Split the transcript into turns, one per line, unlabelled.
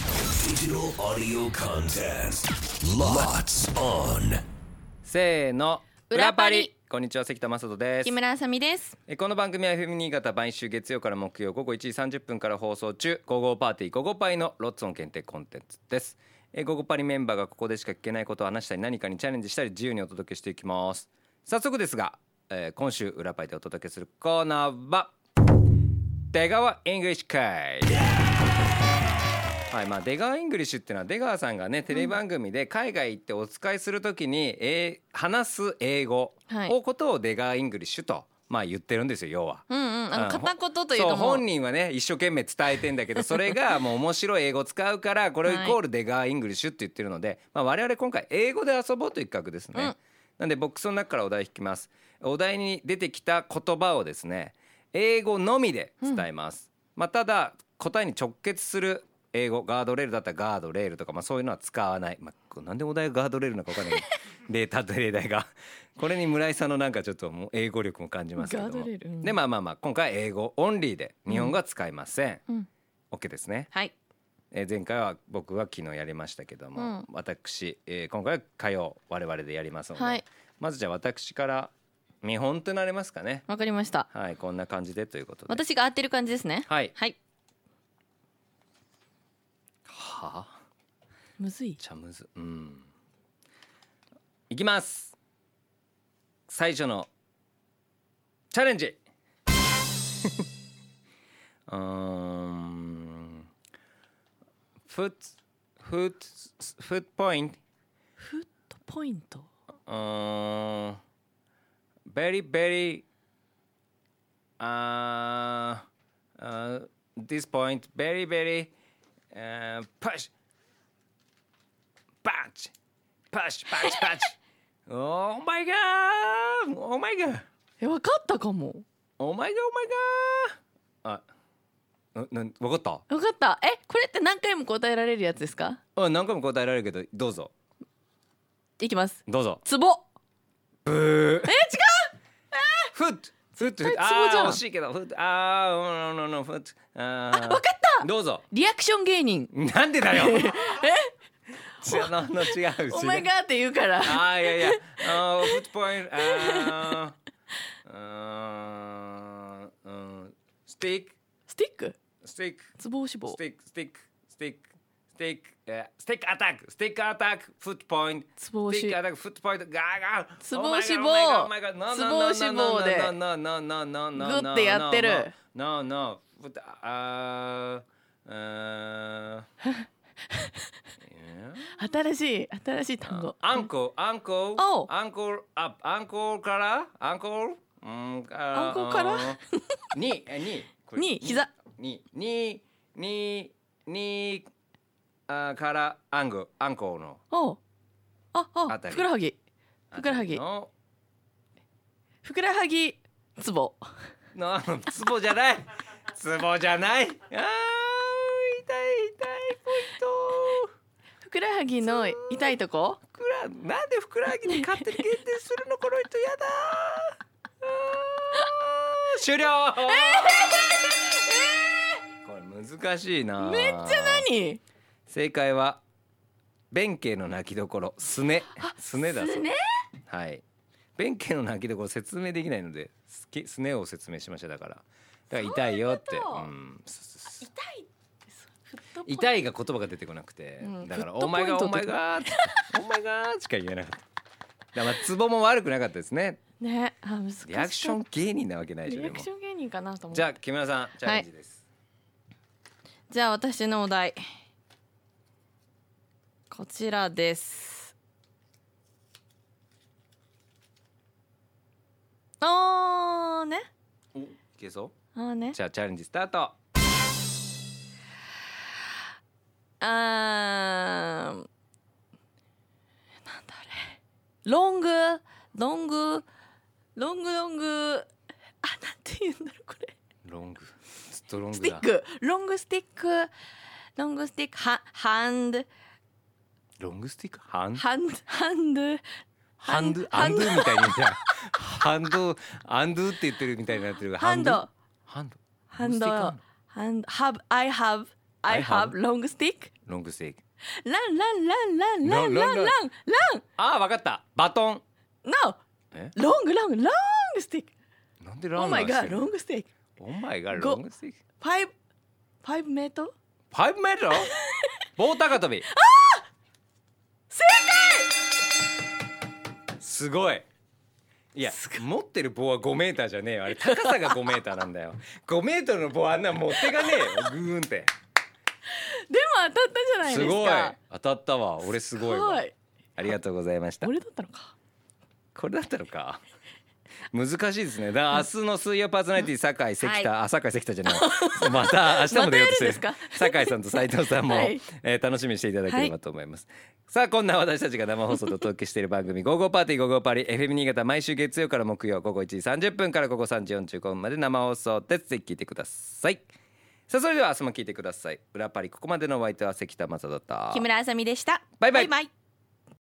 Digital audio contest. Lots on.
せーの
裏パリ
こんにちは関田正人です
木村あさみです。
えこの番組は FM 新潟毎週月曜から木曜午後1時30分から放送中「午後パーティー午後パイ」のロッツオン限定コンテンツですえ午後パリメンバーがここでしか聞けないことを話したり何かにチャレンジしたり自由にお届けしていきます早速ですが、えー今週裏パイでお届けするコーナーは出川イングリッシュ会はいまあ、出川イングリッシュっていうのは出川さんがねテレビ番組で海外行ってお使いするときに、えー話す英語
はい
をことを出川イングリッシュと、まあ、言ってるんですよ要は。
うんうん、あ
うん
の片言という
そう
かもう
本人はね一生懸命伝えてんだけ どそれがもう面白い英語使うからこれをイコール出川イングリッシュって言ってるので、まあ、我々今回英語で遊ぼうという企画ですね。
うん
なんでボックスの中からお題引きますお題に出てきた言葉をですね英語のみで伝えます、まあただ答えに直結する英語ガードレールだったらガードレールとか、まあ、そういうのは使わない、まあこう、なんでお題がガードレールなのか分か んないけどデータと例題がこれに村井さんのなんかちょっともう英語力も感じますけども
ガードレールうん
でまあまあまあ今回は英語オンリーで日本語は使いません、
うん
OK ですね
はい
えー前回は僕は昨日やりましたけども、
うん
私、えー今回は火曜我々でやりますので、
はい
まずじゃあ私から見本となれますかね
わかりました。
はいこんな感じでということで
私が合ってる感じですね。
はい
はい。
はあ
むずい。
ちゃむずうんいきます最初のチャレンジ うーんフッツフッツフットポイント
フットポイント。
うーん Uh, very very あーあー uh, this point very very あー push punch push punch punch oh my god oh my god
え、わかったかも。
oh my god uh, oh my god あなな分かった
わかった。え、これって何回も答えられるやつですか。
あ何回も答えられるけどどうぞ
いきます。
どうぞ
ツボ。
フットフットフッ
絶
ト
対ツボじゃ
あ
ん
ー惜しいけどフットあーうんうんうんうんフットあー
あ、わかった。
どうぞ
リアクション芸人。
なんでだよ。え？違うのの違う。
お前がって言うから。
ああいやいや。あーフットポイント。あーあーうん。スティック
スティック。
スティック
ツボ脂肪
ス。ティックスティックスティック。スティック、えー、スティックアタック、スティックアタック、フットポイント。
ツボ
ス
押し
ティックアタック、フットポイント、ガーガー。
ツボ脂肪ツボ脂肪で
グ
グッてやってる。
No, no. ふたあーうーん
新しい、新しい単語。
アンコールアンコール
Oh.
アンコールアップアンコールからアンコールうんあー
アンコールから
うん にえにこれ
に膝
ににににあーからアングアンコールの
おう。あ、
あ
あ
た、り
ふくらはぎ。ふくらはぎ。
の
ふくらはぎ。ツボ。
のツボじゃない ツボじゃないあー痛い痛いポイント
ふくらはぎの痛いとこ。
ふくらなんでふくらはぎに勝手に限定するのこの人やだーあー終了、これ難しいな
めっちゃ何。
正解は弁慶の泣きどころすねすねだそう
すね
はい弁慶の泣きどころ説明できないのですきすねを説明しましただからだから痛いよって
そういうこと
んすすす
痛いってそフットポイント
痛いが言葉が出てこなくて、
うん
だから「
フット
お
ポイ
前
ント
が
っ
お前
て
が」お前が」しか言えなかった。だからまあツボも悪くなかったですね。
ねあ難しい
リアクション芸人なわけないでしょ
リ
で
ア
も
クシ。ョン芸人かなと思って
じゃあ木村さんチャレンジです。
じゃあ私のお題こちらですあーね
おいけそ
あーね
う。じゃあチャレンジスタート。
あーなんだあれロングロングロングロングあなんて言うんだろうこれ
ロングずっとロン
ス
グ
ティッ
だ。
クロングスティックロングスティックハハンド
ロングスティックハン
ハンド ハンド
ハンドゥア
ハン
ン
ド
ドゥみたいに言うじゃんハンドアンドゥって言ってるみたいになってる
ハン
ドゥ
ド
ハンド
ハンドハンド have I have I have long stick.
ロングステーキ
ランランランランランランランラン。
ああわかったバトン
No.
え
Long, long, long stick.
なんでラ
Oh
ンナ
my
ーして
god,
る
long stick.
お前が
ご
ロングステーキ
Five, five meter.
ファイブメー トル棒高跳び
正
すごいいや持ってる棒は5メーターじゃねえよあれ高さが5メーターなんだよ5メートルの棒あんな持ってかねえよグーンって
解。でも当たったじゃないですすか。
ごい当たったわ俺すごいわ
すごい
ありがとうございました
俺だったのか。
これだったのか難しいですねだから明日の水曜パーソナリティ酒井関田、
は
あ酒井関田じゃ ないまた明日も出ようとしてる,、
またやるんですか
酒井さんと斉藤さんも、
はい
えー楽しみにしていただければと思います、さあこんな私たちが生放送でお届けしている番組「午後パーティー午後パーリー FM 新潟」毎週月曜から木曜午後1時30分から午後3時45分まで生放送ですぜひ聞いてくださいさあそれでは明日も聞いてください裏パリここまでのお相手は関田正人と
木村あさみでした。
バイバイ
バイバイ